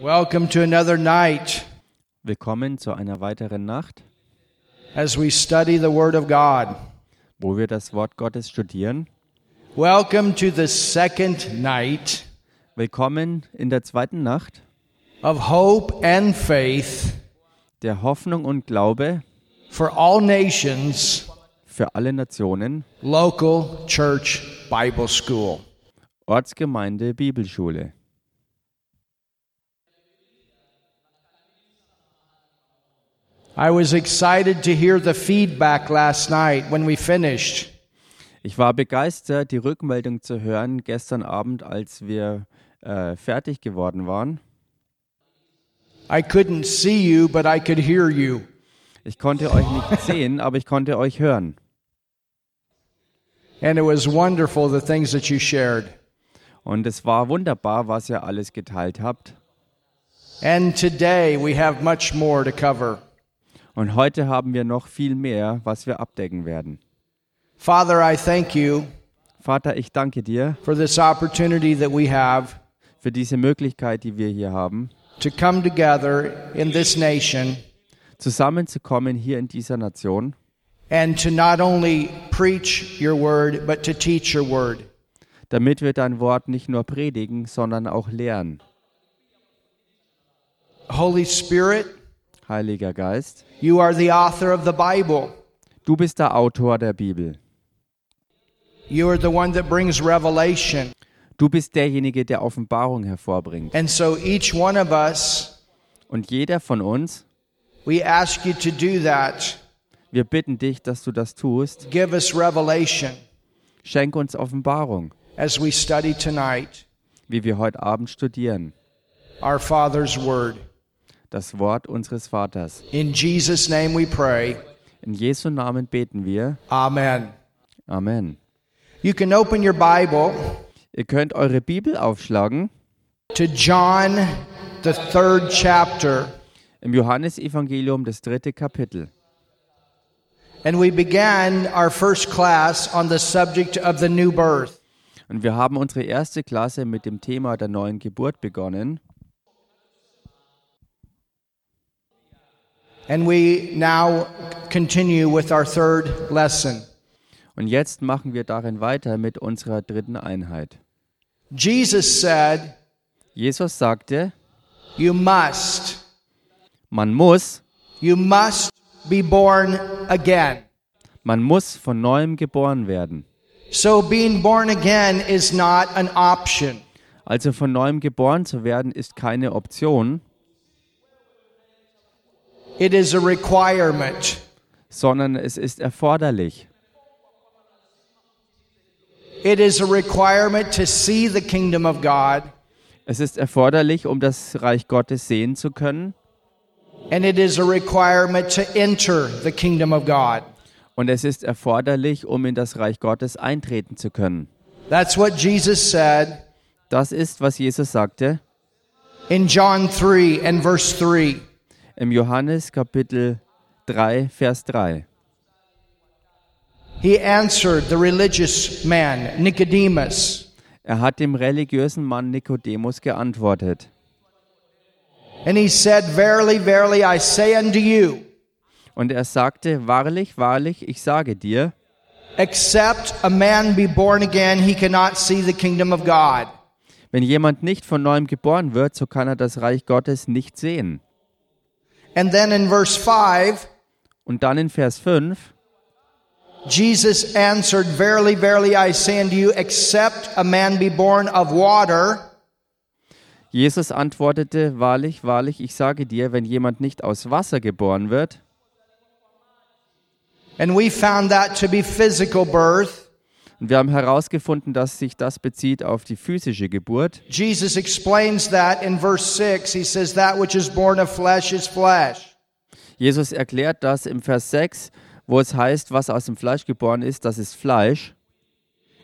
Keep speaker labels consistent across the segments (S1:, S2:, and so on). S1: Welcome to another night
S2: Willkommen zu einer weiteren Nacht,
S1: as we study the Word of God.
S2: wo wir das Wort Gottes studieren.
S1: Welcome to the second night
S2: Willkommen in der zweiten Nacht
S1: of hope and faith
S2: der Hoffnung und Glaube
S1: for all nations,
S2: für alle Nationen,
S1: local church Bible school.
S2: Ortsgemeinde Bibelschule.
S1: I was excited to hear the feedback last night when we finished.
S2: Ich war begeistert, die Rückmeldung zu hören gestern Abend, als wir äh, fertig geworden waren.
S1: I couldn't see you, but I could hear you.
S2: Ich konnte euch nicht sehen, aber ich konnte euch hören.
S1: And it was wonderful the things that you shared.
S2: Und es war wunderbar, was ihr alles geteilt habt.
S1: And today we have much more to cover.
S2: Und heute haben wir noch viel mehr, was wir abdecken werden.
S1: Father, I thank you
S2: Vater, ich danke dir
S1: for this opportunity that we have
S2: für diese Möglichkeit, die wir hier haben,
S1: to come together in this nation
S2: zusammenzukommen hier in dieser Nation
S1: and to not only preach your word, but to teach your word.
S2: damit wir dein Wort nicht nur predigen, sondern auch lehren.
S1: Holy Spirit,
S2: Heiliger Geist,
S1: you are the author of the Bible.
S2: du bist der Autor der Bibel.
S1: You are the one that brings revelation.
S2: Du bist derjenige, der Offenbarung hervorbringt.
S1: And so each one of us,
S2: Und jeder von uns,
S1: we ask you to do that.
S2: wir bitten dich, dass du das tust.
S1: Give us revelation
S2: Schenk uns Offenbarung,
S1: as we study tonight
S2: wie wir heute Abend studieren.
S1: our Father's word.
S2: Das Wort unseres Vaters.
S1: In Jesus' name we pray.
S2: In Jesu Namen beten wir.
S1: Amen.
S2: Amen.
S1: You can open your Bible
S2: Ihr könnt eure Bibel aufschlagen
S1: to John, the third chapter.
S2: im Johannesevangelium, das dritte Kapitel.
S1: And we began our first class on the subject of the new birth.
S2: Und wir haben unsere erste Klasse mit dem Thema der neuen Geburt begonnen.
S1: And we now continue with our third lesson.
S2: Und jetzt machen wir darin weiter mit unserer dritten Einheit.
S1: Jesus said,
S2: Jesus sagte,
S1: You must,
S2: man muss,
S1: you must be born again.
S2: man muss von neuem geboren werden.
S1: So being born again is not an option.
S2: Also von neuem geboren zu werden ist keine Option,
S1: It is a requirement.
S2: sondern es ist erforderlich.
S1: It is a requirement to see the kingdom of God,
S2: Es ist erforderlich, um das Reich Gottes sehen zu können
S1: and it is a requirement to enter the kingdom of God.
S2: und es ist erforderlich, um in das Reich Gottes eintreten zu können.
S1: That's what Jesus said
S2: Das ist, was Jesus sagte
S1: in John 3 and verse 3.
S2: im Johannes Kapitel 3, Vers 3.
S1: He answered the religious man, Nicodemus,
S2: Er hat dem religiösen Mann Nikodemus geantwortet.
S1: and he said, Verily, verily, I say unto you,
S2: Und er sagte, wahrlich, wahrlich, ich sage dir,
S1: except a man be born again, he cannot see the kingdom of God.
S2: wenn jemand nicht von neuem geboren wird, so kann er das Reich Gottes nicht sehen.
S1: And then in verse 5,
S2: Und dann in Vers 5,
S1: Jesus answered, Verily, verily, I say unto you, except a man be born of water
S2: Jesus antwortete, wahrlich, wahrlich, ich sage dir, wenn jemand nicht aus Wasser geboren wird,
S1: And we found that to be physical birth.
S2: und wir haben herausgefunden, dass sich das bezieht auf die physische Geburt.
S1: Jesus explains that in verse 6. He says, That which is born of flesh is flesh.
S2: Jesus erklärt das im Vers 6, wo es heißt, was aus dem Fleisch geboren ist, das ist Fleisch.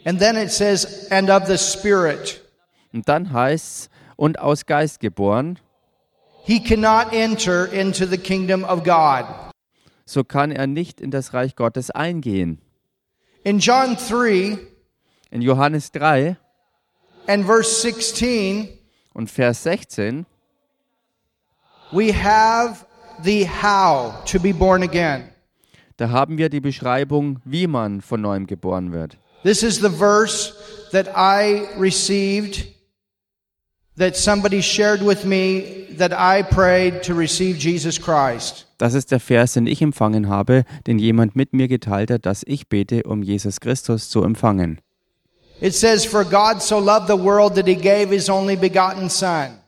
S1: And then it says, And of the Spirit.
S2: Und dann heißt's, und aus Geist geboren,
S1: He cannot enter into the kingdom of God.
S2: so kann er nicht in das Reich Gottes eingehen.
S1: In John 3
S2: In Johannes 3
S1: and verse 16,
S2: und Vers 16
S1: We have the how to be born again.
S2: Da haben wir die Beschreibung, wie man von neuem geboren wird.
S1: This is the verse that I received that somebody shared with me that I prayed to receive Jesus Christ.
S2: Das ist der Vers, den ich empfangen habe, den jemand mit mir geteilt hat, dass ich bete, um Jesus Christus zu empfangen.
S1: It says, For God so loved the world that he gave his only begotten Son.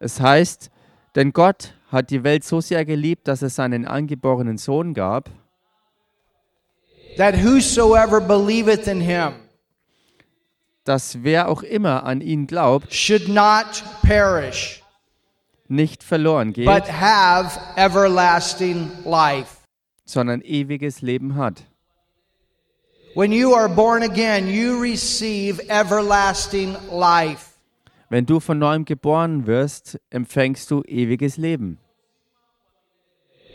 S2: Es heißt, denn Gott hat die Welt so sehr geliebt, dass er seinen angeborenen Sohn gab,
S1: that whosoever believeth in him
S2: dass wer auch immer an ihn glaubt,
S1: should not perish,
S2: nicht verloren
S1: but
S2: geht,
S1: have everlasting life.
S2: sondern ewiges Leben hat.
S1: When you are born again, you receive everlasting life.
S2: Wenn du von neuem geboren wirst, empfängst du ewiges Leben.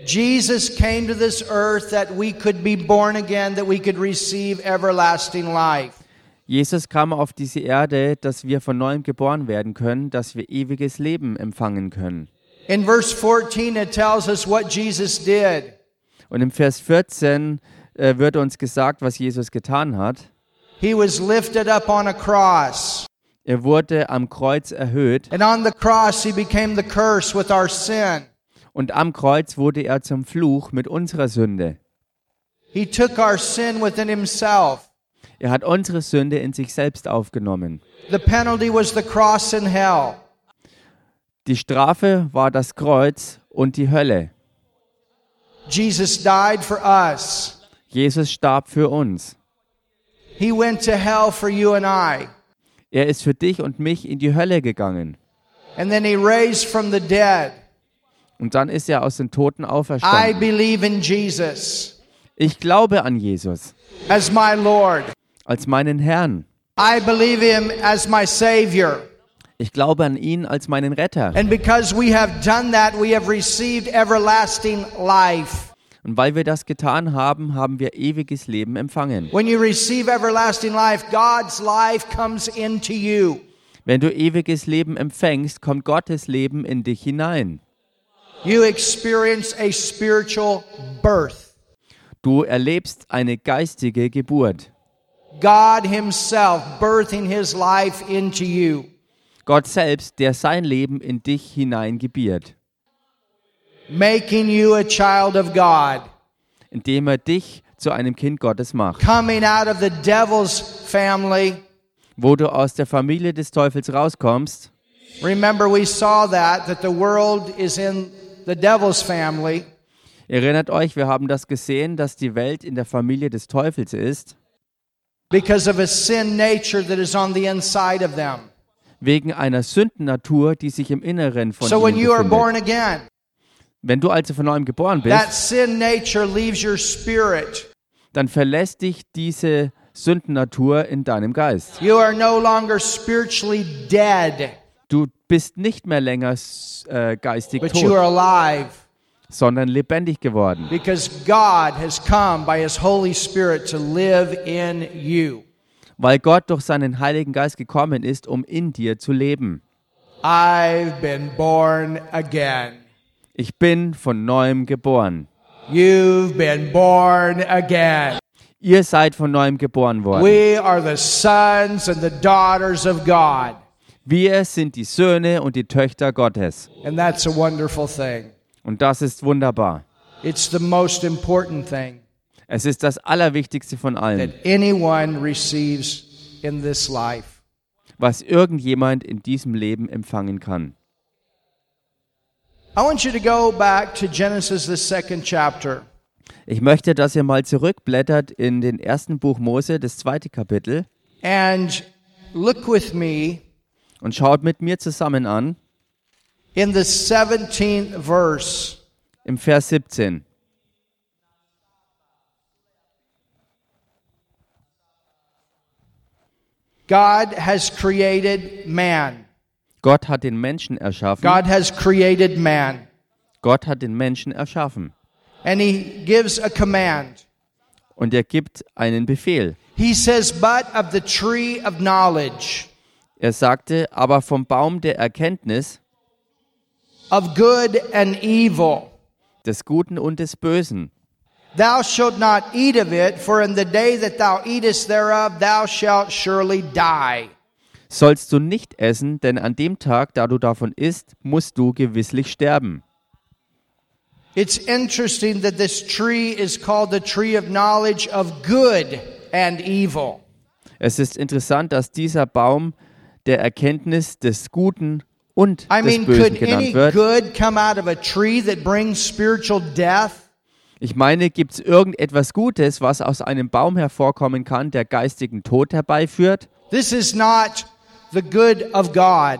S1: Jesus came to this earth that we could be born again, that we could receive everlasting life.
S2: Jesus kam auf diese Erde, dass wir von neuem geboren werden können, dass wir ewiges Leben empfangen können.
S1: In verse 14, it tells us what Jesus did.
S2: Und im Vers 14 äh, wird uns gesagt, was Jesus getan hat.
S1: He was lifted up on a cross,
S2: Er wurde am Kreuz erhöht
S1: and on the cross, he became the curse with our sin.
S2: und am Kreuz wurde er zum Fluch mit unserer Sünde.
S1: He took our sin within himself.
S2: Er hat unsere Sünde in sich selbst aufgenommen.
S1: The penalty was the cross in hell.
S2: Die Strafe war das Kreuz und die Hölle.
S1: Jesus died for us.
S2: Jesus starb für uns.
S1: He went to hell for you and I.
S2: Er ist für dich und mich in die Hölle gegangen.
S1: And then he raised from the dead.
S2: Und dann ist er aus den Toten
S1: I
S2: auferstanden.
S1: believe in Jesus
S2: Ich glaube an Jesus
S1: as my Lord.
S2: als meinen Herrn.
S1: I believe him as my Savior.
S2: Ich glaube an ihn als meinen Retter.
S1: And because we have done that, we have received everlasting life.
S2: Und weil wir das getan haben, haben wir ewiges Leben empfangen.
S1: When you receive everlasting life, God's life comes into you.
S2: Wenn du ewiges Leben empfängst, kommt Gottes Leben in dich hinein.
S1: You experience a spiritual birth.
S2: Du erlebst eine geistige Geburt.
S1: God Himself birthing His life into you.
S2: Gott selbst, der sein Leben in dich hineingebiert,
S1: making you a child of God,
S2: indem er dich zu einem Kind Gottes macht,
S1: coming out of the devil's family.
S2: wo du aus der Familie des Teufels rauskommst.
S1: Remember, we saw that, that the world is in the devil's family,
S2: Erinnert euch, wir haben das gesehen, dass die Welt in der Familie des Teufels ist,
S1: because of a sin nature that is on the inside of them.
S2: wegen einer Sündennatur, die sich im Inneren von
S1: So when
S2: ihnen
S1: you are
S2: befindet.
S1: born again,
S2: Wenn du also von neuem geboren
S1: that
S2: bist,
S1: sin nature leaves your spirit.
S2: dann verlässt dich diese Sündennatur in deinem Geist.
S1: You are no longer spiritually dead,
S2: Du bist nicht mehr länger s- äh, geistig
S1: but you are
S2: tot,
S1: alive
S2: sondern lebendig geworden,
S1: because God has come by His Holy Spirit to live in you.
S2: weil Gott durch seinen Heiligen Geist gekommen ist, um in dir zu leben.
S1: I've been born again.
S2: Ich bin von neuem geboren.
S1: You've been born again.
S2: Ihr seid von neuem geboren worden.
S1: We are the sons and the daughters of God.
S2: Wir sind die Söhne und die Töchter Gottes.
S1: And that's a wonderful thing.
S2: Und das ist wunderbar.
S1: It's the most important thing
S2: Es ist das Allerwichtigste von
S1: that
S2: allem,
S1: anyone receives in this life.
S2: was irgendjemand in diesem Leben empfangen kann.
S1: I want you to go back to Genesis, the second chapter.
S2: Ich möchte, dass ihr mal zurückblättert in den ersten Buch Mose, das zweite Kapitel,
S1: And look with me
S2: und schaut mit mir zusammen an
S1: in the 17th verse.
S2: im Vers 17.
S1: God has created man.
S2: Gott hat den Menschen erschaffen.
S1: God has created man.
S2: Gott hat den Menschen erschaffen.
S1: And he gives a command.
S2: Und er gibt einen Befehl.
S1: He says, But of the tree of knowledge
S2: Er sagte, aber vom Baum der Erkenntnis
S1: of good and evil.
S2: des Guten und des Bösen.
S1: Thou shalt not eat of it, for in the day that thou eatest thereof, thou shalt surely die.
S2: Sollst du nicht essen, denn an dem Tag, da du davon isst, musst du gewisslich sterben.
S1: It's interesting that this tree is called the tree of knowledge of good and evil.
S2: Es ist interessant, dass dieser Baum der Erkenntnis des Guten und
S1: I
S2: des
S1: mean,
S2: Bösen
S1: could
S2: genannt
S1: any
S2: wird.
S1: good come out of a tree that brings spiritual death?
S2: Ich meine, gibt es irgendetwas Gutes, was aus einem Baum hervorkommen kann, der geistigen Tod herbeiführt?
S1: This is not the good of God.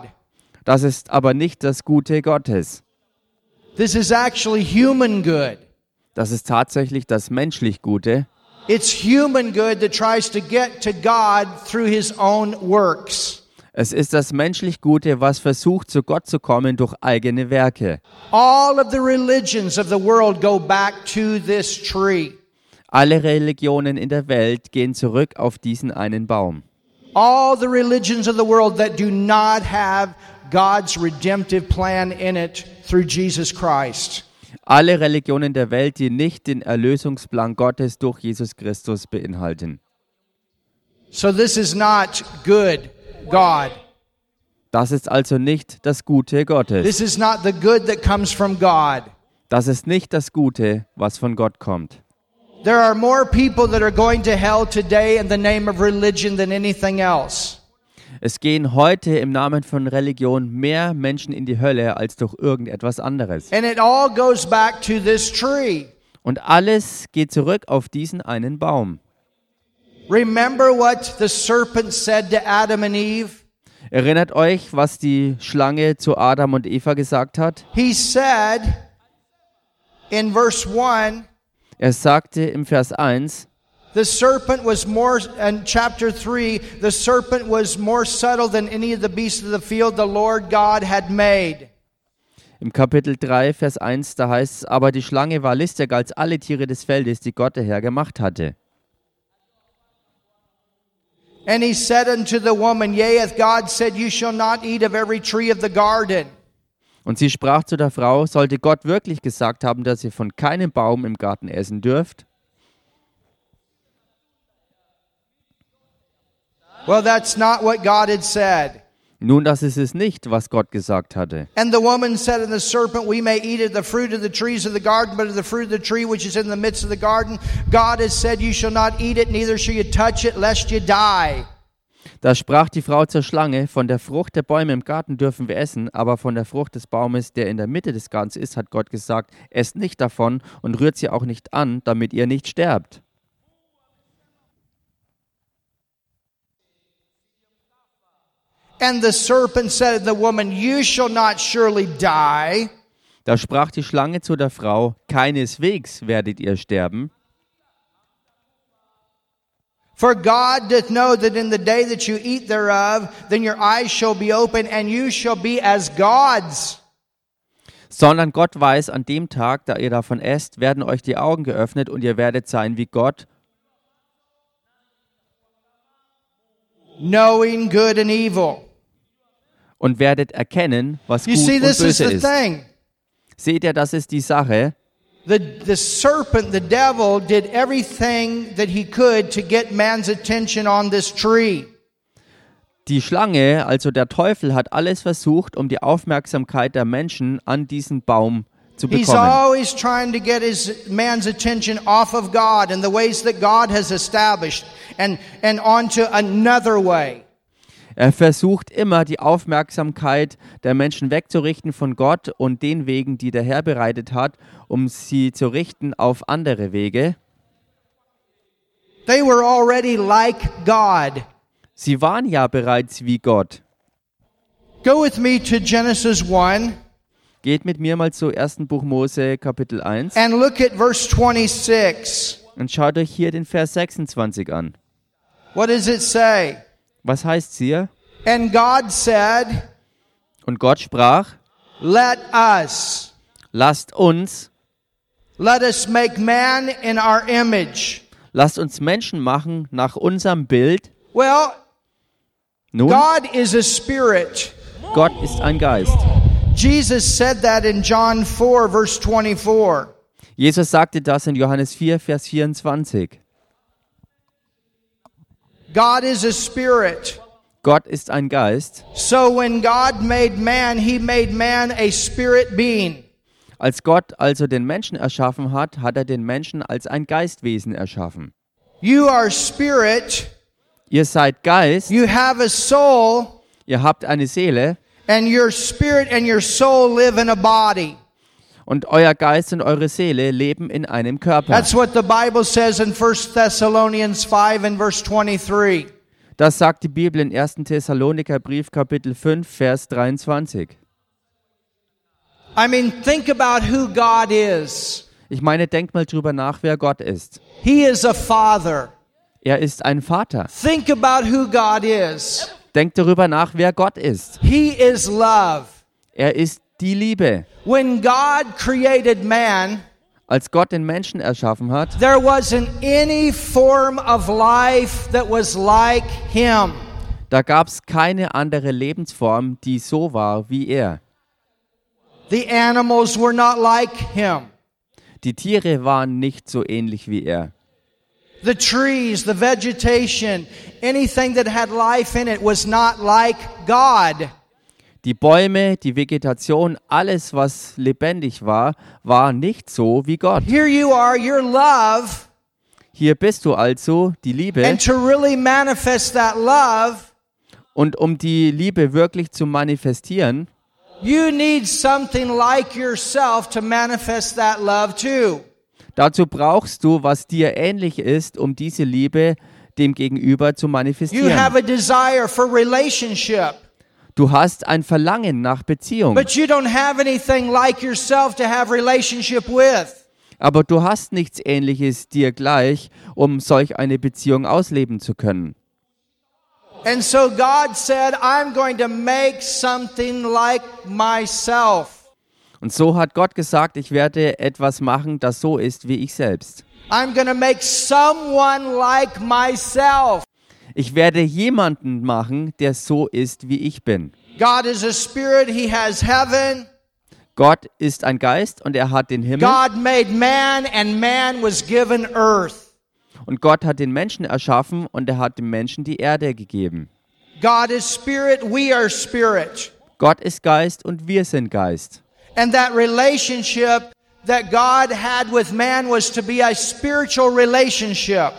S2: Das ist aber nicht das Gute Gottes.
S1: This is actually human good.
S2: Das ist tatsächlich das menschlich Gute.
S1: It's human good that tries to get to God through his own works.
S2: Es ist das menschlich Gute, was versucht, zu Gott zu kommen durch eigene Werke.
S1: All of the religions of the world go back to this tree.
S2: Alle Religionen in der Welt gehen zurück auf diesen einen Baum.
S1: All the religions of the world that do not have God's redemptive plan in it through Jesus Christ.
S2: Alle Religionen der Welt, die nicht den Erlösungsplan Gottes durch Jesus Christus beinhalten.
S1: So this is not good God.
S2: Das ist also nicht das Gute Gottes.
S1: This is not the good that comes from God.
S2: Das ist nicht das Gute, was von Gott kommt.
S1: There are more people that are going to hell today in the name of religion than anything else.
S2: Es gehen heute im Namen von Religion mehr Menschen in die Hölle als durch irgendetwas anderes.
S1: And it all goes back to this tree.
S2: Und alles geht zurück auf diesen einen Baum.
S1: Remember what the serpent said to Adam and Eve?
S2: Erinnert euch, was die Schlange zu Adam und Eva gesagt hat?
S1: He said in verse 1,
S2: Er sagte im Vers 1,
S1: the serpent was more, in chapter 3, the serpent was more subtle than any of the beasts of the field the Lord God had made.
S2: im Kapitel 3, Vers 1, da heißt es, aber die Schlange war listiger als alle Tiere des Feldes, die Gott der Herr gemacht hatte.
S1: And he said unto the woman, Yea, hath God said, You shall not eat of every tree of the garden.
S2: Und sie sprach zu der Frau, sollte Gott wirklich gesagt haben, dass ihr von keinem Baum im Garten essen dürft?
S1: Well, that's not what God had said.
S2: Nun, das ist es nicht, was Gott gesagt hatte.
S1: And the woman said unto the serpent, We may eat of the fruit of the trees of the garden, but of the fruit of the tree which is in the midst of the garden, God has said, You shall not eat it, neither shall you touch it, lest you die.
S2: Da sprach die Frau zur Schlange, von der Frucht der Bäume im Garten dürfen wir essen, aber von der Frucht des Baumes, der in der Mitte des Gartens ist, hat Gott gesagt, esst nicht davon und rührt sie auch nicht an, damit ihr nicht sterbt.
S1: And the serpent said unto the woman, You shall not surely die.
S2: Da sprach die Schlange zu der Frau, keineswegs werdet ihr sterben,
S1: For God doth know that in the day that you eat thereof, then your eyes shall be open, and you shall be as gods,
S2: sondern Gott weiß, an dem Tag, da ihr davon esst, werden euch die Augen geöffnet und ihr werdet sein wie Gott,
S1: knowing good and evil.
S2: und werdet erkennen, was
S1: You
S2: gut
S1: see,
S2: und
S1: this is
S2: böse
S1: the
S2: ist.
S1: thing.
S2: Seht ihr, das ist die Sache.
S1: The, the serpent, the devil, did everything that he could to get man's attention on this tree.
S2: Die Schlange, also der Teufel, hat alles versucht, um die Aufmerksamkeit der Menschen an diesen Baum zu
S1: He's
S2: bekommen.
S1: always trying to get his man's attention off of God and the ways that God has established and, and onto another way.
S2: Er versucht immer, die Aufmerksamkeit der Menschen wegzurichten von Gott und den Wegen, die der Herr bereitet hat, um sie zu richten auf andere Wege.
S1: They were already like God.
S2: Sie waren ja bereits wie Gott.
S1: Go with me to Genesis 1
S2: Geht mit mir mal zu 1. Buch Mose, Kapitel 1
S1: and look at verse 26.
S2: und schaut euch hier den Vers 26 an.
S1: What does it say?
S2: Was heißt hier?
S1: And God said,
S2: Und Gott sprach,
S1: Let us,
S2: lasst uns,
S1: let us make man in our image.
S2: lasst uns Menschen machen nach unserem Bild.
S1: Well,
S2: Nun,
S1: God is a spirit.
S2: Gott ist ein Geist.
S1: Jesus said that in John 4, verse 24.
S2: Jesus sagte das in Johannes 4, Vers 24.
S1: God is a spirit.
S2: Gott ist ein Geist.
S1: So when God made man, he made man a spirit being.
S2: Als Gott also den Menschen erschaffen hat, hat er den Menschen als ein Geistwesen erschaffen.
S1: You are spirit,
S2: Ihr seid Geist,
S1: you have a soul,
S2: ihr habt eine Seele
S1: and your spirit and your soul live in a body.
S2: und euer Geist und eure Seele leben in einem Körper.
S1: That's what the Bible says in 1 Thessalonians 5 and verse 23.
S2: Das sagt die Bibel in 1. Thessaloniker Brief Kapitel 5 Vers 23.
S1: I mean, think about who God is.
S2: Ich meine, denk mal drüber nach, wer Gott ist.
S1: He is a father.
S2: Er ist ein Vater.
S1: Think about who God is.
S2: Denk darüber nach, wer Gott ist.
S1: He is love.
S2: Er ist die Liebe.
S1: When God created man,
S2: Als Gott den Menschen erschaffen hat,
S1: there wasn't any form of life that was like him.
S2: da gab es keine andere Lebensform, die so war wie er.
S1: The animals were not like him.
S2: Die Tiere waren nicht so ähnlich wie er.
S1: The trees, the vegetation, anything that had life in it was not like God.
S2: Die Bäume, die Vegetation, alles, was lebendig war, war nicht so wie Gott.
S1: Here you are, your love,
S2: Hier bist du also, die Liebe.
S1: and to really manifest that love,
S2: Und um die Liebe wirklich zu manifestieren,
S1: you need something like yourself to manifest that love too.
S2: dazu brauchst du, was dir ähnlich ist, um diese Liebe dem Gegenüber zu
S1: You have
S2: manifestieren.
S1: a desire for relationship,
S2: Du hast ein Verlangen nach Beziehung,
S1: but you don't have anything like yourself to have relationship with.
S2: aber du hast nichts Ähnliches dir gleich, um solch eine Beziehung ausleben zu können.
S1: And so God said, I'm going to make something like myself.
S2: Und so hat Gott gesagt, ich werde etwas machen, das so ist wie ich selbst.
S1: I'm going to make someone like myself.
S2: Ich werde jemanden machen, der so ist wie ich bin.
S1: God is a spirit, he has heaven.
S2: Gott ist ein Geist und er hat den Himmel
S1: God made man, and man was given earth.
S2: und Gott hat den Menschen erschaffen und er hat dem Menschen die Erde gegeben.
S1: God is spirit, we are spirit.
S2: Gott ist Geist und wir sind Geist.
S1: And that relationship that God had with man was to be a spiritual relationship.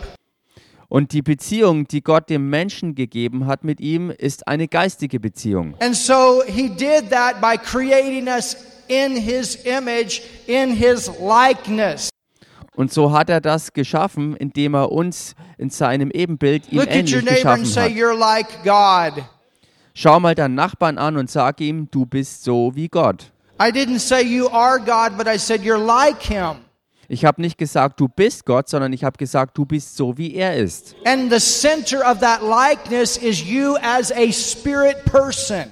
S2: Und die Beziehung, die Gott dem Menschen gegeben hat mit ihm, ist eine geistige Beziehung.
S1: And so he did that by creating us in his image, in his likeness.
S2: Und so hat er das geschaffen, indem er uns in seinem Ebenbild ihm
S1: Look at your
S2: ähnlich
S1: neighbor and
S2: geschaffen
S1: say,
S2: hat.
S1: You're like God.
S2: Schau mal deinen Nachbarn an und sag ihm, du bist so wie Gott.
S1: I didn't say you are God, but I said you're like him.
S2: Ich habe nicht gesagt, du bist Gott, sondern ich habe gesagt, du bist so wie er ist.
S1: And the center of that likeness is you as a spirit person.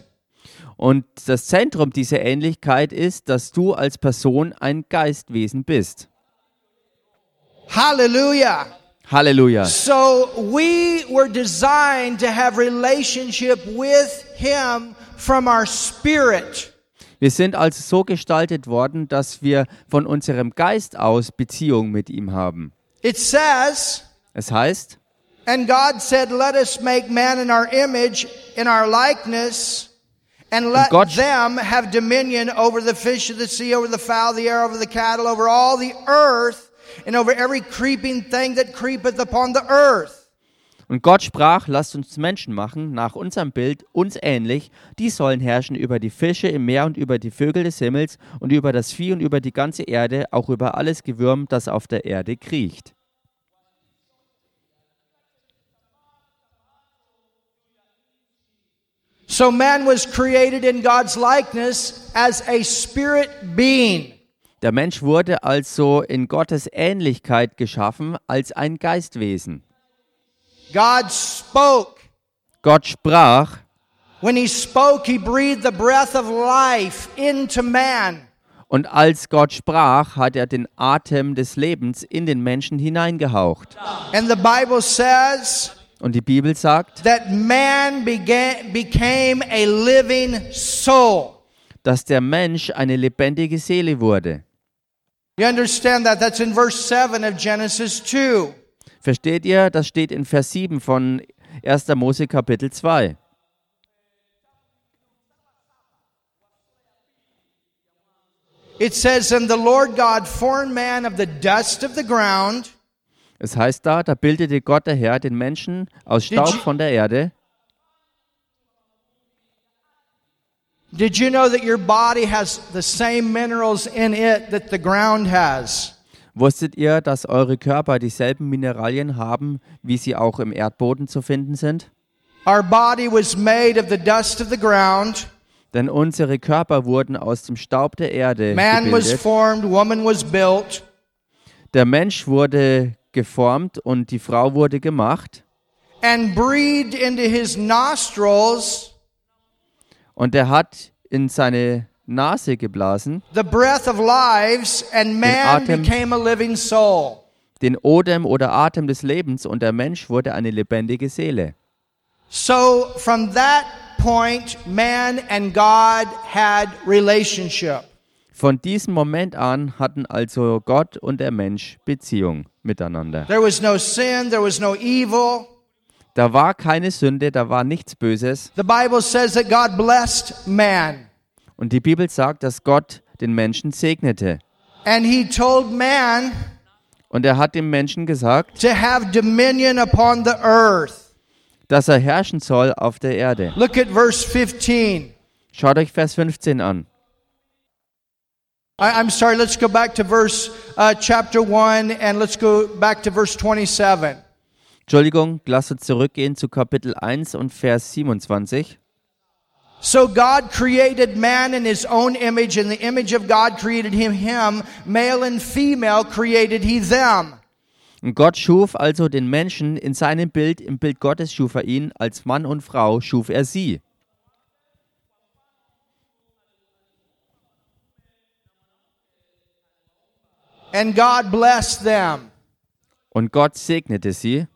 S2: Und das Zentrum dieser Ähnlichkeit ist, dass du als Person ein Geistwesen bist.
S1: Hallelujah.
S2: Halleluja.
S1: So we were designed to have relationship with him from our spirit.
S2: Wir sind also so gestaltet worden, dass wir von unserem Geist aus Beziehung mit ihm haben.
S1: It says,
S2: Es heißt,
S1: And God said, Let us make man in our image, in our likeness, and let
S2: God-
S1: them have dominion over the fish of the sea, over the fowl of the air, over the cattle, over all the earth, and over every creeping thing that creepeth upon the earth.
S2: und Gott sprach, lasst uns Menschen machen, nach unserem Bild, uns ähnlich, die sollen herrschen über die Fische im Meer und über die Vögel des Himmels und über das Vieh und über die ganze Erde, auch über alles Gewürm, das auf der Erde kriecht.
S1: So man was created in God's likeness as a spirit being.
S2: Der Mensch wurde also in Gottes Ähnlichkeit geschaffen als ein Geistwesen.
S1: God spoke.
S2: Gott sprach,
S1: When he spoke, he breathed the breath of life into man.
S2: und als Gott sprach, hat er den Atem des Lebens in den Menschen hineingehaucht.
S1: And the Bible says,
S2: Und die Bibel sagt,
S1: that man began, became a living soul.
S2: dass der Mensch eine lebendige Seele wurde.
S1: You understand that? That's in verse 7 of Genesis 2.
S2: Versteht ihr? Das steht in Vers 7 von 1. Mose Kapitel 2.
S1: It says, And the Lord God formed man of the dust of the ground.
S2: Es heißt da, da bildete Gott der Herr den Menschen aus Staub
S1: you-
S2: von der Erde.
S1: Did you know that your body has the same minerals in it that the ground has?
S2: Wusstet ihr, dass eure Körper dieselben Mineralien haben, wie sie auch im Erdboden zu finden sind?
S1: Our body was made of the dust of the ground.
S2: Denn unsere Körper wurden aus dem Staub der Erde
S1: Man was
S2: gebildet.
S1: formed, woman was built.
S2: Der Mensch wurde geformt und die Frau wurde gemacht.
S1: And breathed into his nostrils
S2: Und er hat in seine Nase geblasen,
S1: the breath of lives, and man
S2: Atem.
S1: became a living soul.
S2: den Odem oder Atem des Lebens, und der Mensch wurde eine lebendige Seele.
S1: So from that point, man and God had relationship.
S2: Von diesem Moment an hatten also Gott und der Mensch Beziehung miteinander.
S1: There was no sin, there was no evil.
S2: Da war keine Sünde, da war nichts Böses.
S1: The Bible says that God blessed man,
S2: Und die Bibel sagt, dass Gott den Menschen segnete.
S1: and he told man
S2: Und er hat dem Menschen gesagt,
S1: to have dominion upon the earth.
S2: dass er herrschen soll auf der Erde.
S1: Look at verse 15.
S2: Schaut euch Vers 15 an.
S1: I, am sorry, let's go back to verse uh, chapter 1 and let's go back to verse 27.
S2: Entschuldigung, lasst uns zurückgehen zu Kapitel 1 und Vers 27.
S1: So God created man in his own image, in the image of God created him, him, male and female created he them.
S2: Und Gott schuf also den Menschen in seinem Bild, im Bild Gottes schuf er ihn, als Mann und Frau schuf er sie.
S1: And God blessed them.
S2: Und Gott segnete sie.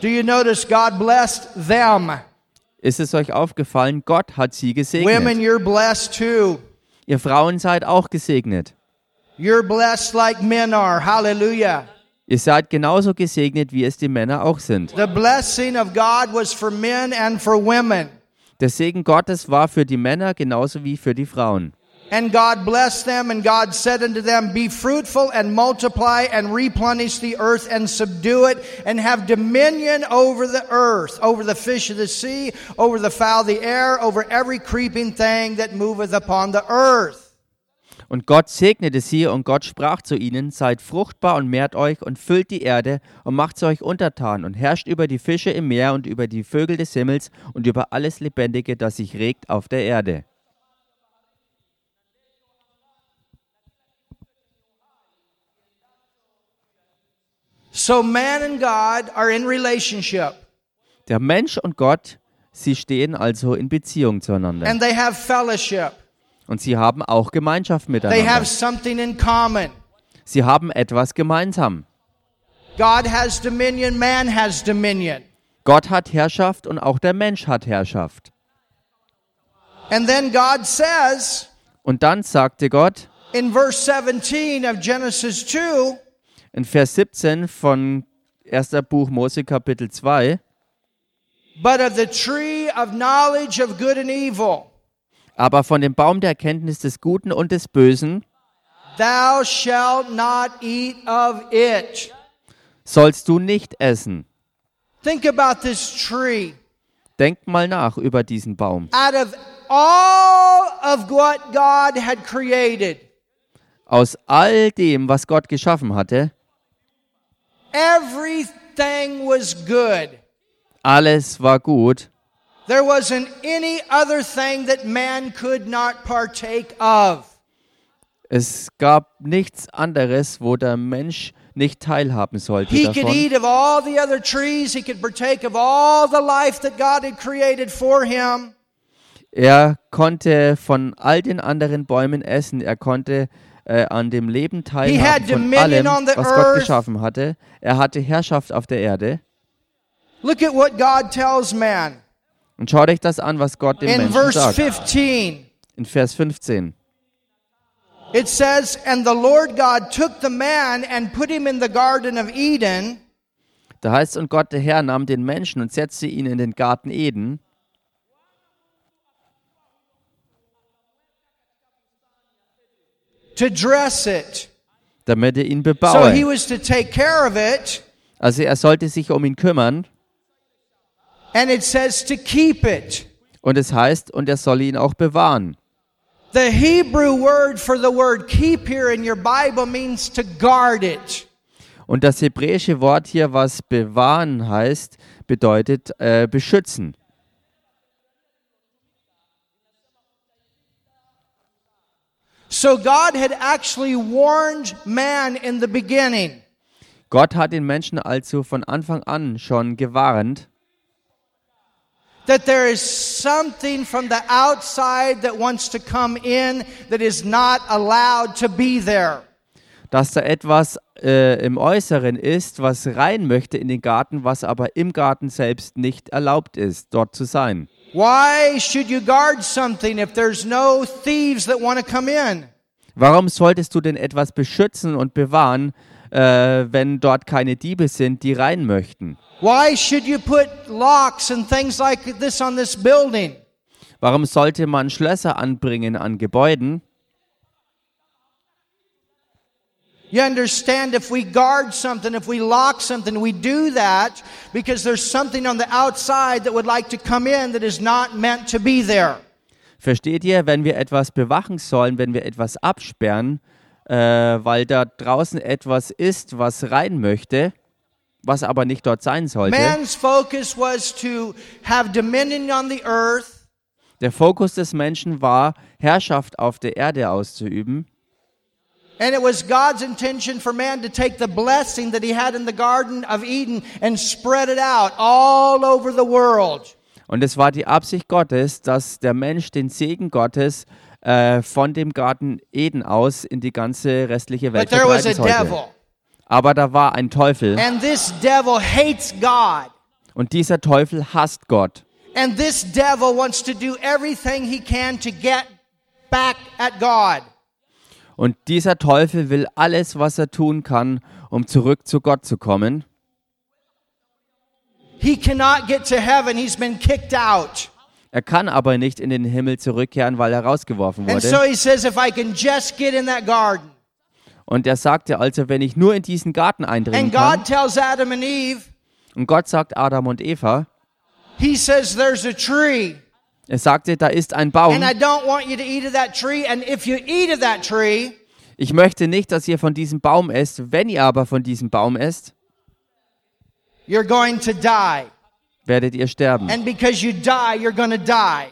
S1: Do you notice God blessed them?
S2: Ist es euch aufgefallen, Gott hat sie
S1: Women,
S2: gesegnet.
S1: you're blessed too.
S2: Ihr Frauen seid auch gesegnet.
S1: You're blessed like men are. Hallelujah.
S2: Ihr seid genauso gesegnet, wie es die Männer auch sind.
S1: The blessing of God was for men and for women.
S2: Der Segen Gottes war für die Männer genauso wie für die Frauen.
S1: And God blessed them, and God said unto them, Be fruitful and multiply and replenish the earth and subdue it, and have dominion over the earth, over the fish of the sea, over the fowl of the air, over every creeping thing that moveth upon the earth.
S2: Und Gott segnete sie und Gott sprach zu ihnen, seid fruchtbar und mehrt euch und füllt die Erde und macht sie euch untertan und herrscht über die Fische im Meer und über die Vögel des Himmels und über alles Lebendige, das sich regt auf der Erde.
S1: So man and God are in relationship,
S2: Der Mensch und Gott, sie stehen also in Beziehung zueinander.
S1: and they have fellowship.
S2: Und sie haben auch Gemeinschaft
S1: They have
S2: miteinander.
S1: something in common.
S2: Sie haben etwas gemeinsam.
S1: God has dominion, man has dominion.
S2: Gott hat Herrschaft und auch der Mensch hat Herrschaft.
S1: And then God says
S2: Und dann sagte Gott
S1: in verse 17 of Genesis 2,
S2: in Vers 17 von 1. Buch Mose Kapitel 2,
S1: but of the tree of knowledge of good and evil
S2: Aber von dem Baum der Erkenntnis des Guten und des Bösen
S1: thou shalt not eat of it.
S2: sollst du nicht essen.
S1: Think about this tree.
S2: Denk mal nach über diesen Baum.
S1: Out of all of what God had created,
S2: Aus all dem, was Gott geschaffen hatte,
S1: everything was good.
S2: alles war gut.
S1: There wasn't any other thing that man could not partake of.
S2: Es gab nichts anderes, wo der Mensch nicht teilhaben sollte
S1: He could
S2: davon.
S1: eat of all the other trees. He could partake of all the life that God had created for him.
S2: Er konnte von all den anderen Bäumen essen. Er konnte äh, an dem Leben
S1: had
S2: teilhaben von
S1: dominion
S2: allem,
S1: on the
S2: was Gott
S1: earth.
S2: geschaffen hatte. Er hatte Herrschaft auf der Erde.
S1: Look at what God tells man
S2: Und schaut euch das an, was Gott dem
S1: in
S2: Menschen
S1: verse
S2: sagt.
S1: 15.
S2: in Vers 15.
S1: It says, And the Lord God took the man and put him in the Garden of Eden
S2: Da heißt es, und Gott der Herr nahm den Menschen und setzte ihn in den Garten Eden,
S1: to dress it.
S2: damit er ihn
S1: So he
S2: bebaue.
S1: was to take care of it,
S2: Also er sollte sich um ihn kümmern
S1: and it says to keep it.
S2: und es heißt, und er solle ihn auch bewahren.
S1: The Hebrew word for the word keep here in your Bible means to guard it.
S2: Und das hebräische Wort hier, was bewahren heißt, bedeutet äh, beschützen.
S1: So God had actually warned man in the beginning.
S2: Gott hat den Menschen also von Anfang an schon gewarnt,
S1: that there is something from the outside that wants to come in that is not allowed to be there.
S2: dass da etwas äh, im Äußeren ist, was rein möchte in den Garten, was aber im Garten selbst nicht erlaubt ist, dort zu sein.
S1: Why should you guard something if there's no thieves that want to come in?
S2: Warum solltest du denn etwas beschützen und bewahren, äh, wenn dort keine Diebe sind, die rein möchten?
S1: Why should you put locks and things like this on this building?
S2: Warum sollte man Schlösser anbringen an Gebäuden?
S1: You understand if we guard something, if we lock something, we do that because there's something on the outside that would like to come in that is not meant to be there.
S2: Versteht ihr, wenn wir etwas bewachen sollen, wenn wir etwas absperren, äh, weil da draußen etwas ist, was rein möchte, was aber nicht dort sein sollte?
S1: Man's focus was to have dominion on the earth.
S2: Der Fokus des Menschen war, Herrschaft auf der Erde auszuüben.
S1: And it was God's intention for man to take the blessing that he had in the Garden of Eden and spread it out all over the world.
S2: Und es war die Absicht Gottes, dass der Mensch den Segen Gottes äh, von dem Garten Eden aus in die ganze restliche
S1: But
S2: Welt
S1: there was
S2: verbreiten
S1: a
S2: sollte.
S1: devil.
S2: Aber da war ein Teufel
S1: And this devil hates God.
S2: und dieser Teufel hasst Gott.
S1: And this devil wants to do everything he can to get back at God.
S2: Und dieser Teufel will alles, was er tun kann, um zurück zu Gott zu kommen.
S1: He cannot get to heaven. He's been kicked out.
S2: Er kann aber nicht in den Himmel zurückkehren, weil er rausgeworfen
S1: And so
S2: wurde.
S1: he says, if I can just get in that garden.
S2: Und er sagte also, wenn ich nur in diesen Garten eindringen
S1: And
S2: kann,
S1: God tells Adam and Eve,
S2: und Gott sagt Adam und Eva,
S1: he says, there's a tree.
S2: er sagte, da ist ein
S1: And
S2: Baum,
S1: I don't want you to eat of that tree. And if you eat of that tree,
S2: ich möchte nicht, dass ihr von diesem Baum esst, wenn ihr aber von diesem Baum esst,
S1: you're going to die.
S2: werdet ihr sterben.
S1: And because you die, you're going to die.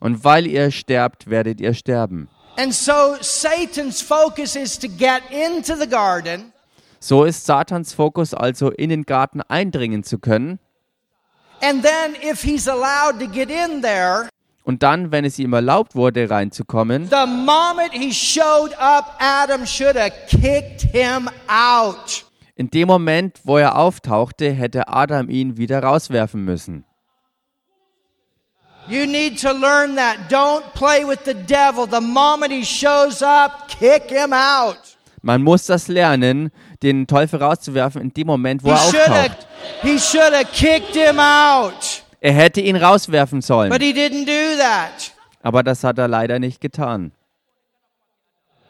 S2: Und weil ihr sterbt, werdet ihr sterben.
S1: And so Satan's focus is to get into the garden
S2: So ist Satans Fokus also, in den Garten eindringen zu können.
S1: and then if he's allowed to get in there,
S2: Und dann, wenn es ihm erlaubt wurde, reinzukommen,
S1: the moment he showed up, Adam should have kicked him out.
S2: In dem Moment, wo er auftauchte, hätte Adam ihn wieder rauswerfen müssen.
S1: You need to learn that. Don't play with the devil. The moment he shows up, kick him out.
S2: Man muss das lernen, den Teufel rauszuwerfen in dem Moment, wo
S1: He
S2: er
S1: should have
S2: auftaucht.
S1: he should have kicked him out.
S2: Er hätte ihn rauswerfen
S1: But
S2: sollen,
S1: he didn't do that.
S2: aber das hat er leider nicht getan.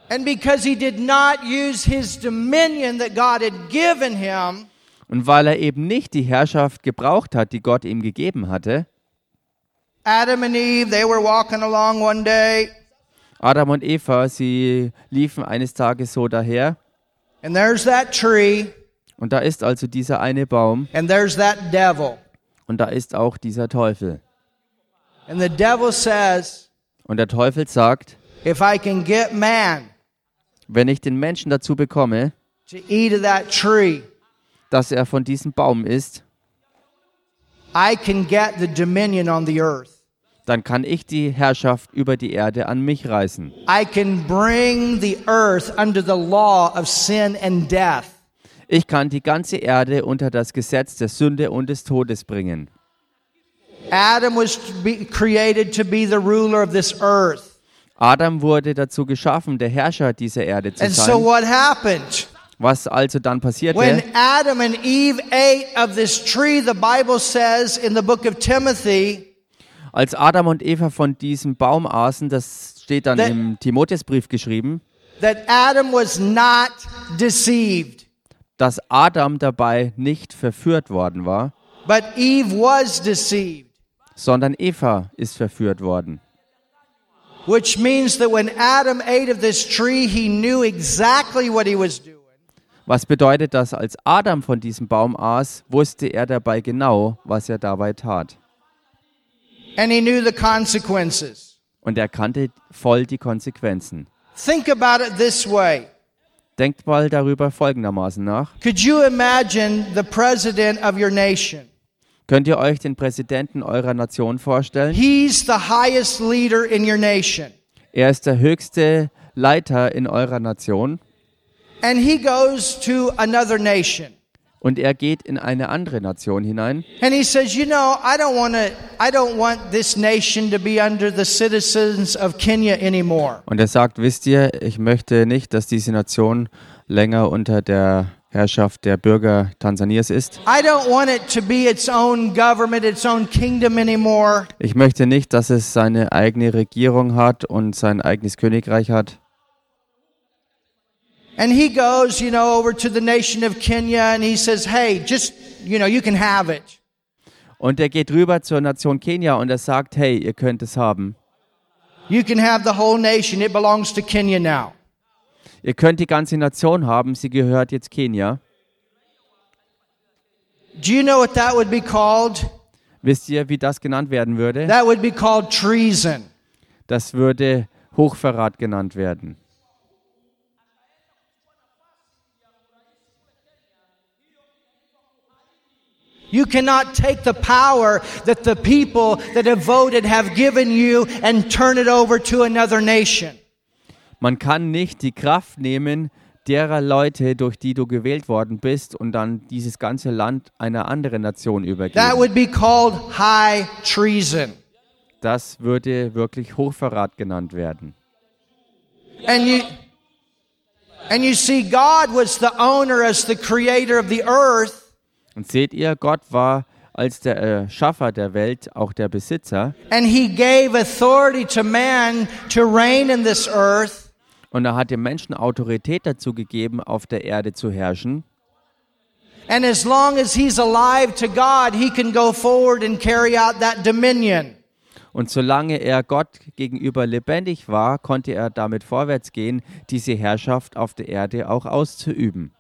S1: And because he did not use his dominion that God had given him,
S2: Und weil er eben nicht die Herrschaft gebraucht hat, die Gott ihm gegeben hatte,
S1: Adam and Eve, they were walking along one day,
S2: Adam und Eva, sie liefen eines Tages so daher,
S1: and there's that tree,
S2: und da ist also dieser eine Baum,
S1: and there's that devil.
S2: und da ist auch dieser Teufel.
S1: And the devil says,
S2: Und der Teufel sagt,
S1: If I can get man
S2: wenn ich den Menschen dazu bekomme,
S1: to eat of that tree,
S2: dass er von diesem Baum isst,
S1: I can get the dominion on the earth.
S2: dann kann ich die Herrschaft über die Erde an mich reißen.
S1: I can bring the earth under the law of sin and death.
S2: Ich kann die ganze Erde unter das Gesetz der Sünde und des Todes bringen.
S1: Adam was to be created to be the ruler of this earth.
S2: Adam wurde dazu geschaffen, der Herrscher dieser Erde zu
S1: And so
S2: sein.
S1: what happened?
S2: Was also dann
S1: When
S2: passierte,
S1: Adam and Eve ate of this tree, the Bible says in the book of Timothy
S2: als Adam und Eva von diesem Baum aßen, das steht dann
S1: That-
S2: im Timotheusbrief geschrieben,
S1: that Adam was not deceived,
S2: dass Adam dabei nicht verführt worden war,
S1: but Eve was deceived.
S2: sondern Eva ist verführt worden.
S1: Which means that when Adam ate of this tree, he knew exactly what he was doing.
S2: Was bedeutet das, als Adam von diesem Baum aß, wusste er dabei genau, was er dabei tat.
S1: And he knew the consequences.
S2: Und er kannte voll die Konsequenzen.
S1: Think about it this way.
S2: Denkt mal darüber folgendermaßen nach.
S1: Could you imagine the president of your nation?
S2: Könnt ihr euch den Präsidenten eurer Nation vorstellen?
S1: He's the highest leader in your nation.
S2: Er ist der höchste Leiter in eurer Nation
S1: And he goes to another nation.
S2: und er geht in eine andere Nation hinein
S1: And he says, "You know, I don't want to I don't want this nation to be under the citizens of Kenya anymore.
S2: und er sagt, wisst ihr, ich möchte nicht, dass diese Nation länger unter der Herrschaft der Bürger Tansanias ist.
S1: I don't want it to be its own government, its own kingdom anymore.
S2: Ich möchte nicht, dass es seine eigene Regierung hat und sein eigenes Königreich hat.
S1: And he goes, you know, over to the nation of Kenya and he says, hey, just, you know, you can have it.
S2: Und er geht rüber zur Nation Kenia und er sagt, hey, ihr könnt es haben.
S1: You can have the whole nation. It belongs to Kenya now.
S2: Ihr könnt die ganze Nation haben, sie gehört jetzt Kenia.
S1: Do you know what that would be called?
S2: Wisst ihr, wie das genannt werden würde?
S1: That would be called treason.
S2: Das würde Hochverrat genannt werden.
S1: You cannot take the power that the people that have voted have given you and turn it over to another nation.
S2: Man kann nicht die Kraft nehmen derer Leute, durch die du gewählt worden bist, und dann dieses ganze Land einer anderen Nation
S1: That
S2: übergeben.
S1: would be called high treason.
S2: Das würde wirklich Hochverrat genannt werden.
S1: And you and you see God was the owner as the creator of the earth
S2: Und seht ihr, Gott war als der äh, Schaffer der Welt auch der Besitzer,
S1: And he gave authority to man to reign in this earth.
S2: und er hat dem Menschen Autorität dazu gegeben, auf der Erde zu herrschen.
S1: And as long as he's alive to God, he can go forward and carry out that dominion.
S2: Und solange er Gott gegenüber lebendig war, konnte er damit vorwärts gehen, diese Herrschaft auf der Erde auch auszuüben.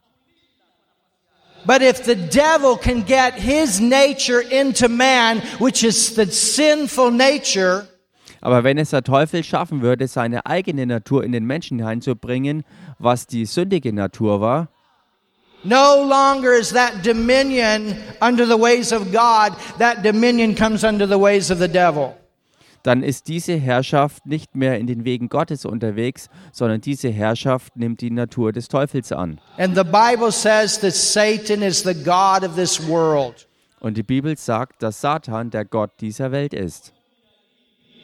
S1: But if the devil can get his nature into man, which is the sinful nature,
S2: Aber wenn es der Teufel schaffen würde, seine eigene Natur in den Menschen hineinzubringen, was die sündige Natur war,
S1: no longer is that dominion under the ways of God. That dominion comes under the ways of the devil.
S2: dann ist diese Herrschaft nicht mehr in den Wegen Gottes unterwegs, sondern diese Herrschaft nimmt die Natur des Teufels an.
S1: And the Bible says that Satan is the God of this world.
S2: Und die Bibel sagt, dass Satan der Gott dieser Welt ist.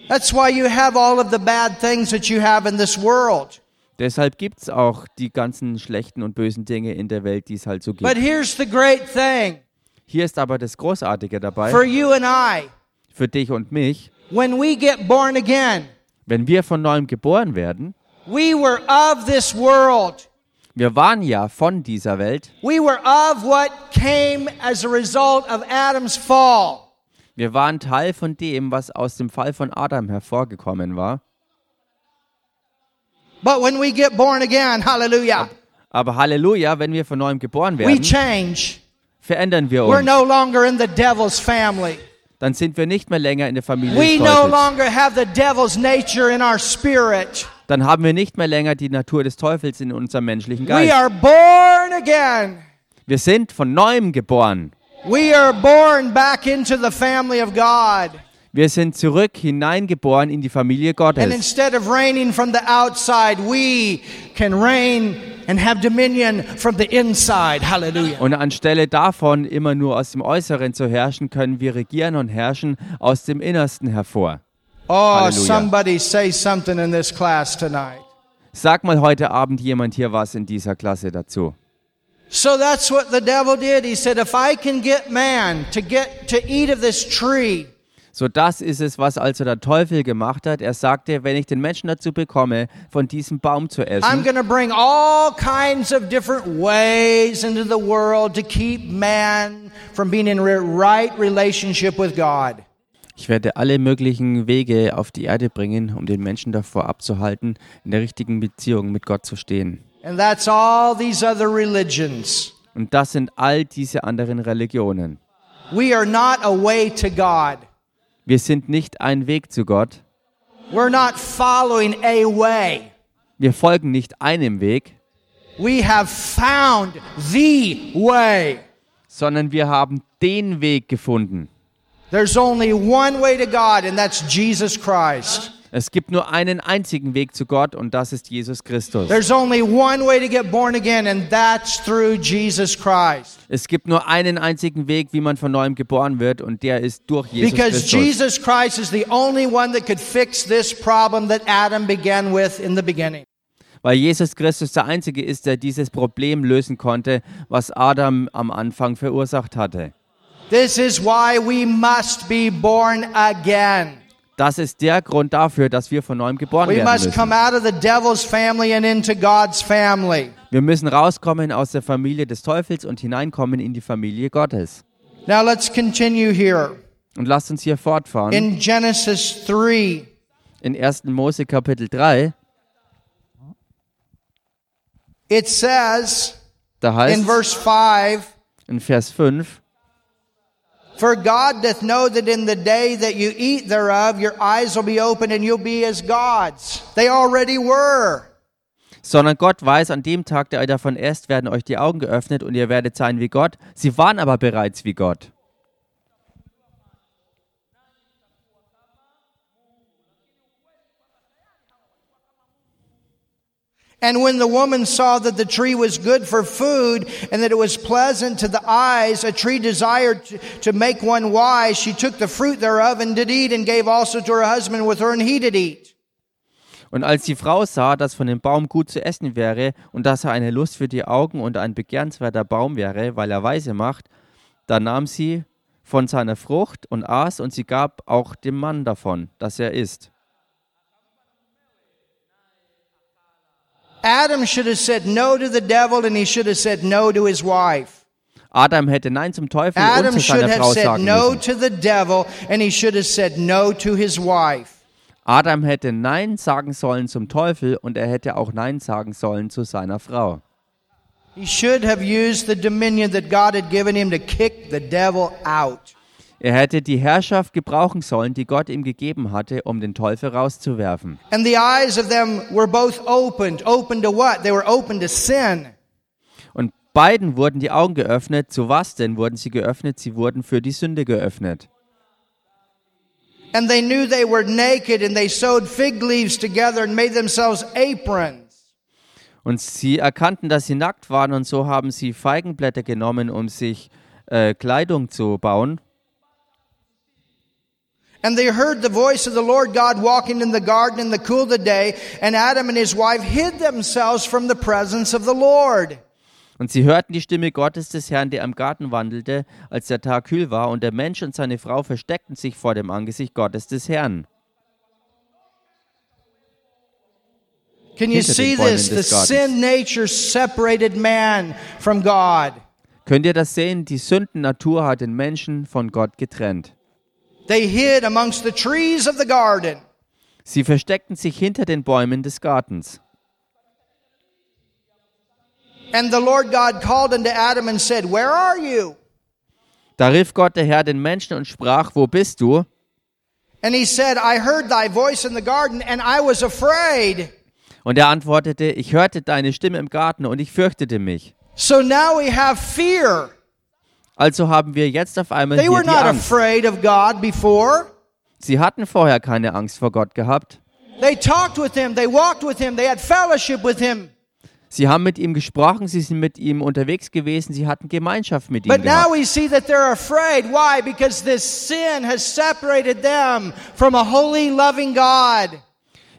S1: That's why you have all of the bad things that you have in this world.
S2: Deshalb gibt es auch die ganzen schlechten und bösen Dinge in der Welt, die es halt so gibt.
S1: But here's the great thing
S2: Hier ist aber das Großartige
S1: for
S2: dabei,
S1: you and I.
S2: für dich und mich,
S1: When we get born again,
S2: wenn wir von neuem geboren werden,
S1: we were of this world.
S2: wir waren ja von dieser Welt,
S1: We were of what came as a result of Adam's fall.
S2: wir waren Teil von dem, was aus dem Fall von Adam hervorgekommen war.
S1: But when we get born again, hallelujah,
S2: Aber Halleluja, wenn wir von neuem geboren
S1: we
S2: werden,
S1: change.
S2: verändern wir
S1: We're
S2: uns.
S1: no longer in the devil's family.
S2: Dann sind wir nicht mehr länger in der Familie
S1: We
S2: des
S1: no
S2: Teufels.
S1: longer have the devil's nature in our spirit.
S2: Dann haben wir nicht mehr länger die Natur des Teufels in unserem menschlichen
S1: We
S2: Geist.
S1: are born again.
S2: Wir sind von neuem geboren.
S1: We are born back into the family of God.
S2: Wir sind zurück hineingeboren in die Familie
S1: And
S2: Gottes.
S1: instead of reigning from the outside, we can reign and have dominion from the inside. Hallelujah.
S2: Und anstelle davon, immer nur aus dem Äußeren zu herrschen, können wir regieren und herrschen aus dem Innersten hervor.
S1: Oh,
S2: Hallelujah.
S1: somebody say something in this class tonight.
S2: Sag mal heute Abend jemand hier was in dieser Klasse dazu.
S1: So that's what the devil did. He said, if I can get man to get to eat of this tree,
S2: So das ist es, was also der Teufel gemacht hat. Er sagte, wenn ich den Menschen dazu bekomme, von diesem Baum zu
S1: I'm
S2: essen,
S1: going to bring all kinds of different ways into the world to keep man from being in a right relationship with God.
S2: ich werde alle möglichen Wege auf die Erde bringen, um den Menschen davor abzuhalten, in der richtigen Beziehung mit Gott zu stehen.
S1: And that's all these other religions.
S2: Und das sind all diese anderen Religionen.
S1: We are not a way to God.
S2: Wir sind nicht ein Weg zu Gott.
S1: We're not following a way.
S2: Wir folgen nicht einem Weg,
S1: We have found the way.
S2: sondern wir haben den Weg gefunden.
S1: There's only one way to God, and that's Jesus Christ.
S2: Es gibt nur einen einzigen Weg zu Gott und das ist Jesus Christus.
S1: There's only one way to get born again, and that's through Jesus Christ.
S2: Es gibt nur einen einzigen Weg, wie man von neuem geboren wird und der ist durch Jesus
S1: Because
S2: Christus.
S1: Jesus Christ is the only one that could fix this problem that Adam began with in the beginning.
S2: Weil Jesus Christus der Einzige ist, der dieses Problem lösen konnte, was Adam am Anfang verursacht hatte.
S1: This is why we must be born again.
S2: Das ist der Grund dafür, dass wir von neuem geboren
S1: We
S2: werden
S1: must
S2: müssen.
S1: come out of the devil's family and into God's family.
S2: Wir müssen rauskommen aus der Familie des Teufels und hineinkommen in die Familie Gottes.
S1: Now let's continue here.
S2: Und lasst uns hier fortfahren. In,
S1: In Genesis 3,
S2: in 1. Mose Kapitel 3,
S1: it says
S2: da
S1: in
S2: heißt
S1: verse 5
S2: in Vers 5,
S1: For God doth know that in the day that you eat thereof, your eyes will be opened and you'll be as gods. They already were.
S2: Sondern Gott weiß, an dem Tag, der ihr davon esst, werden euch die Augen geöffnet und ihr werdet sein wie Gott. Sie waren aber bereits wie Gott.
S1: And when the woman saw that the tree was good for food and that it was pleasant to the eyes, a tree desired to, to make one wise, she took the fruit thereof and did eat and gave also to her husband with her and he did eat.
S2: Und als die Frau sah, dass von dem Baum gut zu essen wäre und dass er eine Lust für die Augen und ein begehrenswerter Baum wäre, weil er weise macht, da nahm sie von seiner Frucht und aß und sie gab auch dem Mann davon, dass er isst.
S1: Adam should have said no to the devil and he should have said no to his wife.
S2: Adam hätte Nein zum Teufel und
S1: Adam
S2: zu
S1: should
S2: seiner
S1: have
S2: Frau
S1: said
S2: sagen
S1: no
S2: müssen.
S1: to the devil and he should have said no to his wife.
S2: Adam hätte Nein sagen sollen zum Teufel und er hätte auch Nein sagen sollen zu seiner Frau.
S1: He should have used the dominion that God had given him to kick the devil out.
S2: Er hätte die Herrschaft gebrauchen sollen, die Gott ihm gegeben hatte, um den Teufel rauszuwerfen.
S1: And the eyes of them were both opened. Open to what? They were open to sin.
S2: Und beiden wurden die Augen geöffnet. Zu was denn wurden sie geöffnet? Sie wurden für die Sünde geöffnet.
S1: And they knew they were naked, and they sewed fig leaves together and made themselves aprons.
S2: Und sie erkannten, dass sie nackt waren und so haben sie Feigenblätter genommen, um sich äh, Kleidung zu bauen.
S1: And they heard the voice of the Lord God walking in the garden in the cool of the day, and Adam and his wife hid themselves from the presence of the Lord.
S2: Und sie hörten die Stimme Gottes des Herrn, der im Garten wandelte, als der Tag kühl war, und der Mensch und seine Frau versteckten sich vor dem Angesicht Gottes des Herrn.
S1: Can you
S2: Hinter den
S1: see
S2: Bäumen
S1: this? The
S2: des Gartens.
S1: sin nature separated man from God.
S2: Könnt ihr das sehen? Die Sündennatur hat den Menschen von Gott getrennt.
S1: They hid amongst the trees of the garden.
S2: Sie versteckten sich hinter den Bäumen des Gartens.
S1: And the Lord God called unto Adam and said, Where are you?
S2: Da rief Gott der Herr den Menschen und sprach, wo bist du?
S1: And he said, I heard thy voice in the garden, and I was afraid.
S2: Und er antwortete, ich hörte deine Stimme im Garten und ich fürchtete mich.
S1: So now we have fear.
S2: Also haben wir jetzt auf einmal
S1: They
S2: hier
S1: were
S2: die
S1: not
S2: Angst.
S1: afraid of God before.
S2: Sie hatten vorher keine Angst vor Gott gehabt.
S1: They talked with him, they walked with him, they had fellowship with him.
S2: Sie haben mit ihm gesprochen, sie sind mit ihm unterwegs gewesen, sie hatten Gemeinschaft mit ihm.
S1: But now
S2: Gehabt.
S1: we see that they're afraid. Why? Because this sin has separated them from a holy, loving God.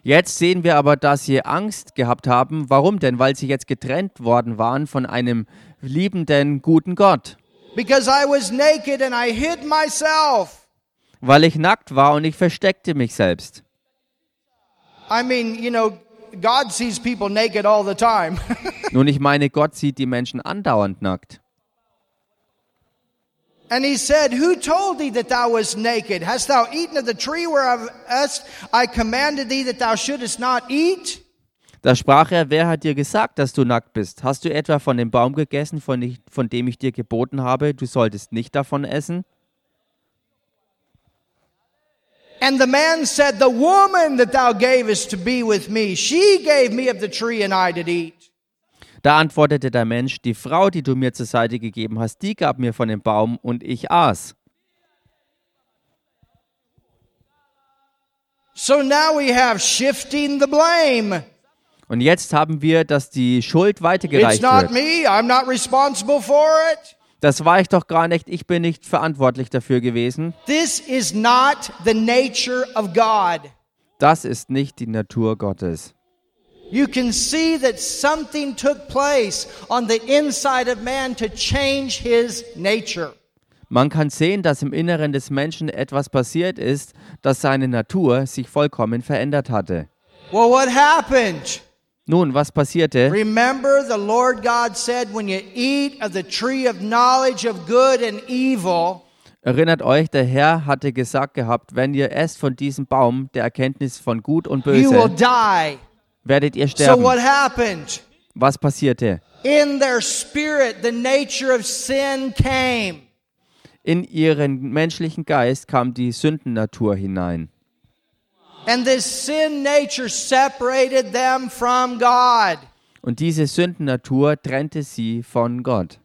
S2: Jetzt sehen wir aber, dass sie Angst gehabt haben. Warum denn? Weil sie jetzt getrennt worden waren von einem liebenden, guten Gott.
S1: Because I was naked and I hid myself.
S2: Weil ich nackt war und ich versteckte mich selbst.
S1: I mean, you know, God sees people naked all the time.
S2: Nun, ich meine, Gott sieht die Menschen andauernd nackt.
S1: and he said, Who told thee that thou wast naked? Hast thou eaten of the tree whereof us I commanded thee that thou shouldest not eat?
S2: Da sprach er, wer hat dir gesagt, dass du nackt bist? Hast du etwa von dem Baum gegessen, von, ich, von dem ich dir geboten habe, du solltest nicht davon essen?
S1: And the man said, The woman that thou gavest to be with me, she gave me of the tree and I did eat.
S2: Da antwortete der Mensch, die Frau, die du mir zur Seite gegeben hast, die gab mir von dem Baum und ich aß.
S1: So now we have shifting the blame.
S2: Und jetzt haben wir, dass die Schuld
S1: It's
S2: weitergereicht
S1: not
S2: wird.
S1: me. I'm not responsible for it.
S2: Das war ich doch gar nicht, ich bin nicht verantwortlich dafür gewesen.
S1: This is not the nature of God.
S2: Das ist nicht die Natur Gottes.
S1: You can see that something took place on the inside of man to change his nature.
S2: Man kann sehen, dass im Inneren des Menschen etwas passiert ist, dass seine Natur sich vollkommen verändert hatte.
S1: Well, what happened?
S2: Nun, was passierte?
S1: Remember, the Lord God said, When you eat of the tree of knowledge of good and evil,
S2: Erinnert euch, der Herr hatte gesagt gehabt, wenn ihr esst von diesem Baum der Erkenntnis von Gut und
S1: you will
S2: Böse,
S1: die.
S2: werdet ihr
S1: So, what
S2: sterben.
S1: happened?
S2: Was passierte?
S1: In their spirit, the nature of sin came.
S2: In ihren menschlichen Geist kam die Sündennatur hinein.
S1: And this sin nature separated them from God.
S2: Und diese Sündennatur trennte sie von Gott.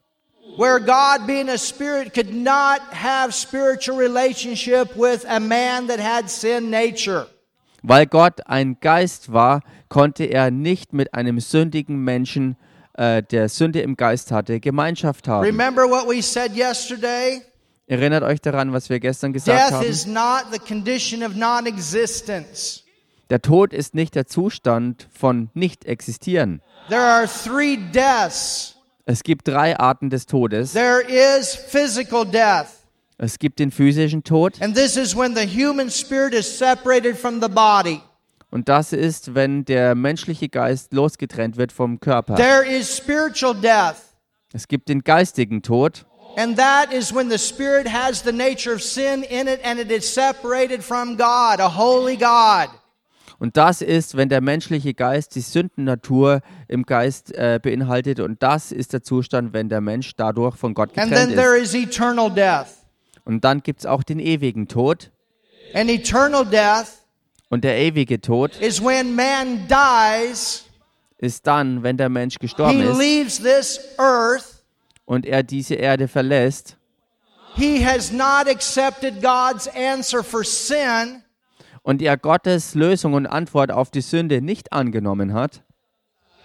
S1: where God, being a spirit, could not have spiritual relationship with a man that had sin nature.
S2: Weil Gott ein Geist war, konnte er nicht mit einem sündigen Menschen, äh, der Sünde im Geist hatte, Gemeinschaft haben.
S1: Remember what we said yesterday?
S2: Erinnert euch daran, was wir gestern gesagt
S1: Death
S2: haben.
S1: is not the condition of non existence.
S2: Der Tod ist nicht der Zustand von Nicht-Existieren.
S1: There are three deaths
S2: Es gibt drei Arten des Todes.
S1: there is physical death,
S2: Es gibt den physischen Tod
S1: and this is when the human spirit is separated from the body.
S2: und das ist, wenn der menschliche Geist losgetrennt wird vom Körper.
S1: There is spiritual death.
S2: Es gibt den geistigen Tod
S1: And that is when the Spirit has the nature of sin in it and it is separated from God, a holy God.
S2: und das ist, wenn der menschliche Geist die Sündennatur im Geist äh, beinhaltet und das ist der Zustand, wenn der Mensch dadurch von Gott
S1: And then
S2: getrennt
S1: there
S2: ist.
S1: is eternal death.
S2: Und dann gibt es auch den ewigen Tod
S1: And eternal death
S2: und der ewige Tod
S1: is when man dies,
S2: ist dann, wenn der Mensch gestorben
S1: he
S2: ist
S1: leaves this earth,
S2: und er diese Erde verlässt
S1: he has not accepted God's answer for sin,
S2: und er Gottes Lösung und Antwort auf die Sünde nicht angenommen hat.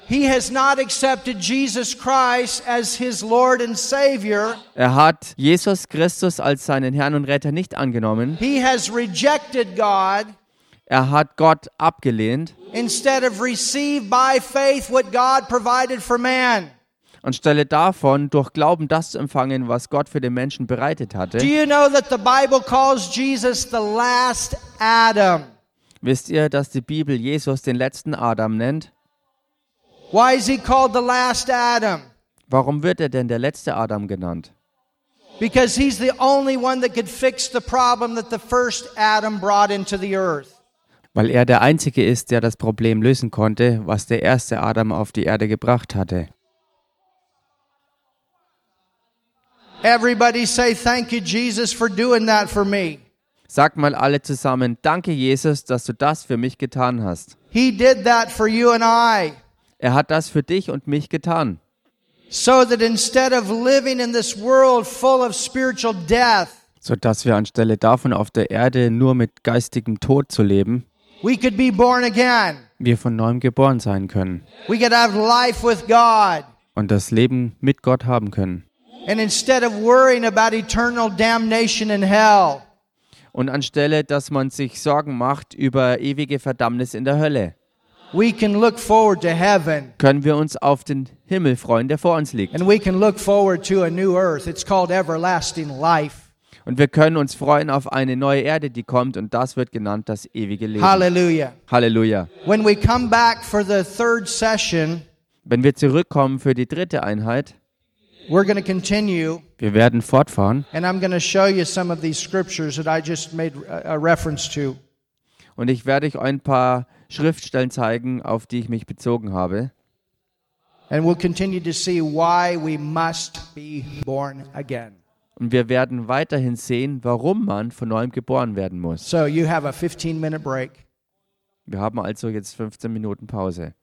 S1: he has not accepted Jesus Christ as his Lord and Savior,
S2: Er hat Jesus Christus als seinen Herrn und Retter nicht angenommen.
S1: he has rejected God.
S2: Er hat Gott abgelehnt.
S1: instead of receive by faith what God provided for man.
S2: Anstelle davon, durch Glauben das zu empfangen, was Gott für den Menschen bereitet hatte.
S1: Do you know that the Bible calls Jesus the last Adam?
S2: Wisst ihr, dass die Bibel Jesus den letzten Adam nennt?
S1: Why is he called the last Adam?
S2: Warum wird er denn der letzte Adam genannt?
S1: Because he's the only one that could fix the problem that the first Adam brought into the earth.
S2: Weil er der Einzige ist, der das Problem lösen konnte, was der erste Adam auf die Erde gebracht hatte.
S1: Everybody say, Thank you, Jesus, for doing that for me.
S2: Sagt mal alle zusammen, danke Jesus, dass du das für mich getan hast.
S1: He did that for you and I.
S2: Er hat das für dich und mich getan.
S1: So that instead of living in this world full of spiritual death,
S2: sodass wir anstelle davon auf der Erde nur mit geistigem Tod zu leben,
S1: We could be born again.
S2: wir von neuem geboren sein können
S1: We could have life with God.
S2: und das Leben mit Gott haben können.
S1: And instead of worrying about eternal damnation in hell,
S2: Und anstelle, dass man sich Sorgen macht über ewige Verdammnis in der Hölle,
S1: we can look forward to heaven
S2: können wir uns auf den Himmel freuen, der vor uns liegt.
S1: and we can look forward to a new earth. It's called everlasting life.
S2: Und wir können uns freuen auf eine neue Erde, die kommt und das wird genannt das ewige Leben.
S1: Hallelujah.
S2: Halleluja.
S1: When we come back for the third session,
S2: Wenn wir zurückkommen für die dritte Einheit,
S1: we're going to continue
S2: wir werden fortfahren
S1: and I'm going to show you some of these scriptures that I just made a a reference to.
S2: und ich werde euch ein paar Schriftstellen zeigen, auf die ich mich bezogen habe.
S1: And we'll continue to see why we must be born again.
S2: Und wir werden weiterhin sehen, warum man von neuem geboren werden muss.
S1: So you have a 15 minute break.
S2: Wir haben also jetzt 15 Minuten Pause.